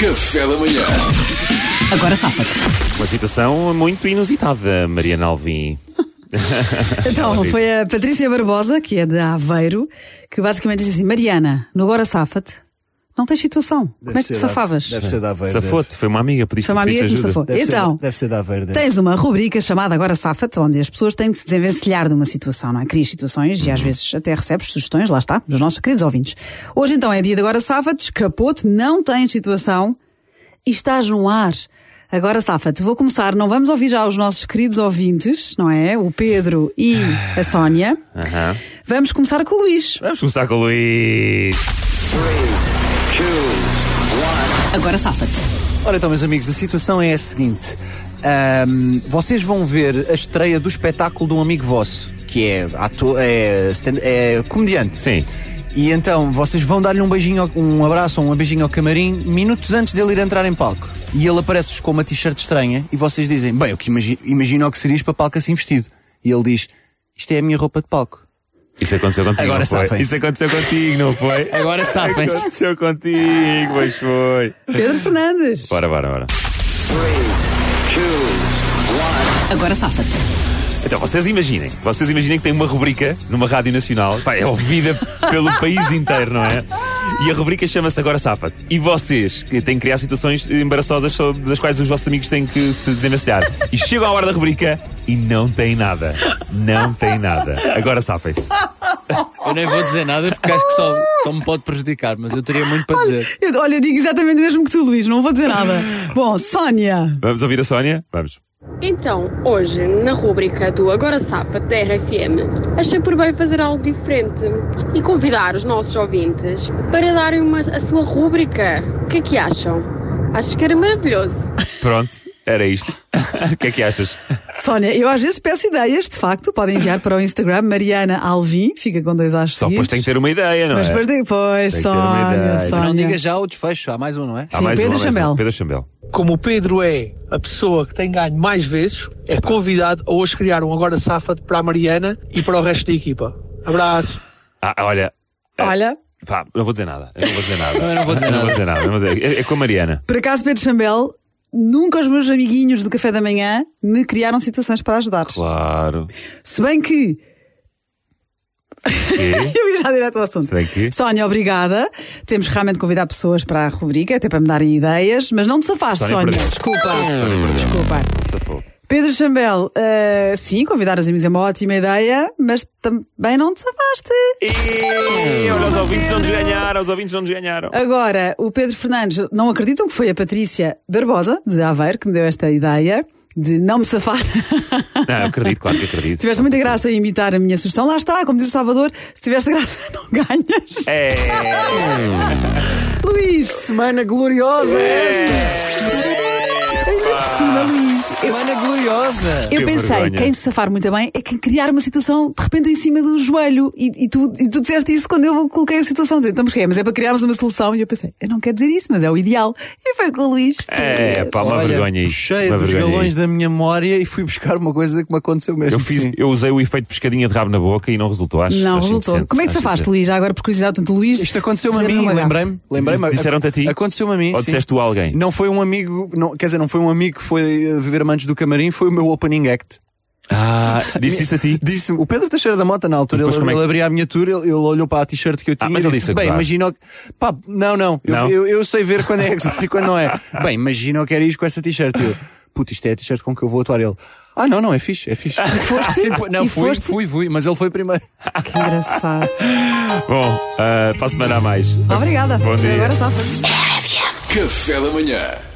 Café da manhã. Agora safa-te. Uma situação muito inusitada, Mariana Alvim. Então, Ela disse. foi a Patrícia Barbosa, que é de Aveiro, que basicamente disse assim: Mariana, no Agora safa-te, não tens situação. Como é que te ser da- safavas? Deve ser da Aveiro. deve- Safou-te, foi uma amiga, pediste, Foi uma amiga pediste que me ajuda. safou. Deve ser, Então. deve ser da Aveiro. deve- Tens uma rubrica chamada Agora Safa-te, onde as pessoas têm de se desenvencilhar de uma situação, não é? Crias situações e às Uhum. vezes até recebes sugestões, lá está, dos nossos queridos ouvintes. Hoje então é dia de Agora Safa-te, escapou-te, não tens situação e estás no ar. Agora Safa-te, vou começar, não vamos ouvir já os nossos queridos ouvintes, não é? O Pedro e a Sónia. Aham. Vamos começar com o Luís. Vamos começar com o Luís. Agora Safa-te. Ora então, meus amigos, a situação é a seguinte. Ahm, vocês vão ver a estreia do espetáculo de um amigo vosso, que é, ator, é, stand- é comediante. Sim. E então, vocês vão dar-lhe um beijinho, ao- um abraço ou um beijinho ao camarim minutos antes dele ir entrar em palco. E ele aparece-vos com uma t-shirt estranha e vocês dizem, bem, eu que imagi- imagino o que serias para palco assim vestido. E ele diz, isto é a minha roupa de palco. Isso aconteceu contigo, Agora não foi? safem-se. Isso aconteceu contigo, não foi? Agora safem-se. aconteceu contigo, mas foi. Pedro Fernandes. Bora, bora, bora. Agora Safa-te. Então, vocês imaginem, vocês imaginem que tem uma rubrica numa rádio nacional, pá, é ouvida pelo país inteiro, não é? E a rubrica chama-se Agora Sápate. E vocês que têm que criar situações embaraçosas sobre- das quais os vossos amigos têm que se desenvencilhar. E chegam à hora da rubrica e não têm nada. Não têm nada. Agora sapem-se. Eu nem vou dizer nada porque acho que só, só me pode prejudicar, mas eu teria muito para dizer. Eu- olha, eu digo exatamente o mesmo que tu, Luís, não vou dizer nada. Bom, Sónia. Vamos ouvir a Sónia? Vamos. Então, hoje, na rúbrica do Agora Sapa da RFM, achei por bem fazer algo diferente e convidar os nossos ouvintes para darem uma, a sua rúbrica. O que é que acham? Acho que era maravilhoso. Pronto, era isto. O que é que achas? Sónia, eu às vezes peço ideias, de facto, podem enviar para o Instagram Mariana Alvim, fica com dois A's Só seguidos. depois tem que ter uma ideia, não Mas é? depois, depois Tem que ter uma Sónia, ideia. Sónia. Não diga já o desfecho, há mais um, não é? Há Sim, mais Pedro uma, mais uma. Chambel. Pedro Chambel. Como o Pedro é a pessoa que tem ganho mais vezes, é convidado a hoje criar um agora safa para a Mariana e para o resto da equipa. Abraço. Ah, olha, Olha, pá, não vou dizer nada. Eu não vou dizer nada. não vou dizer nada. Não vou dizer nada. não vou dizer- É, é com a Mariana. por acaso, Pedro Chambel, nunca os meus amiguinhos do café da manhã me criaram situações para ajudar. Claro. Se bem que. E- Eu ia já direto ao assunto. Se bem que- Sónia, obrigada. Temos que realmente convidar pessoas para a rubrica, até para me darem ideias, mas não te safaste, Sónia Sónia. perdeu. Desculpa. Desculpa. Safou. Pedro Chambel, eh, sim, convidar os amigos é uma ótima ideia, mas também não te safaste. E olha, os ouvintes não nos ganharam, os ouvintes não nos ganharam. Agora, o Pedro Fernandes, não acreditam que foi a Patrícia Barbosa, de Aveiro, que me deu esta ideia de não me safar. Não, eu acredito, claro que acredito. Tiveste muita graça em imitar a minha sugestão. Lá está, como diz o Salvador, se tiveste graça, não ganhas. É. Luís! Semana gloriosa É. esta! Ainda por cima, Luís! Eu, Semana gloriosa! eu Que pensei, vergonha. quem se safar muito bem é quem criar uma situação de repente em cima do joelho. E, e tu, e tu disseste isso quando eu coloquei a situação, dizendo, então, mas, quê? mas é para criarmos uma solução. E eu pensei, eu não quero dizer isso, mas é o ideal. E foi com o Luís. É, pá, uma Olha, vergonha isto. puxei uma dos vergonha galões isto. da minha memória e fui buscar uma coisa que me aconteceu mesmo. Eu, fiz, sim. eu usei o efeito pescadinha de rabo na boca e não resultou, acho. Não, acho resultou. indecente, Como é que acho safaste, indecente. Luís? Já agora, porque curiosidade, tanto Luís. Isto aconteceu-me a fizeram mim, uma gafe. lembrei-me. lembrei-me. Disseram-te a ti? Aconteceu-me a mim. Ou sim. disseste tu a alguém? Não foi um amigo, não, quer dizer, não foi um amigo que foi eh, viver amantes do camarim, foi o meu opening act. Ah, disse isso a ti? Disse-me, o Pedro Teixeira da Mota, na altura, E depois ele, como é que- ele abria a minha tour, ele, ele olhou para a t-shirt que eu tinha. mas e ele disse a Bem, gozar." imagina. o que- Pá, não, não. Eu, Não? eu- eu sei ver quando é gozar e quando não é. Bem, imagina o que era isto com essa t-shirt. E Eu, puto, isto é a t-shirt com que eu vou atuar. Ele, ah, não, não, é fixe, é fixe. foste? não, E fui, foste? fui, fui, mas ele foi primeiro. Que engraçado. Bom, ah, para a semana a mais. Obrigada. Bom dia. Agora safa-te. Café da manhã.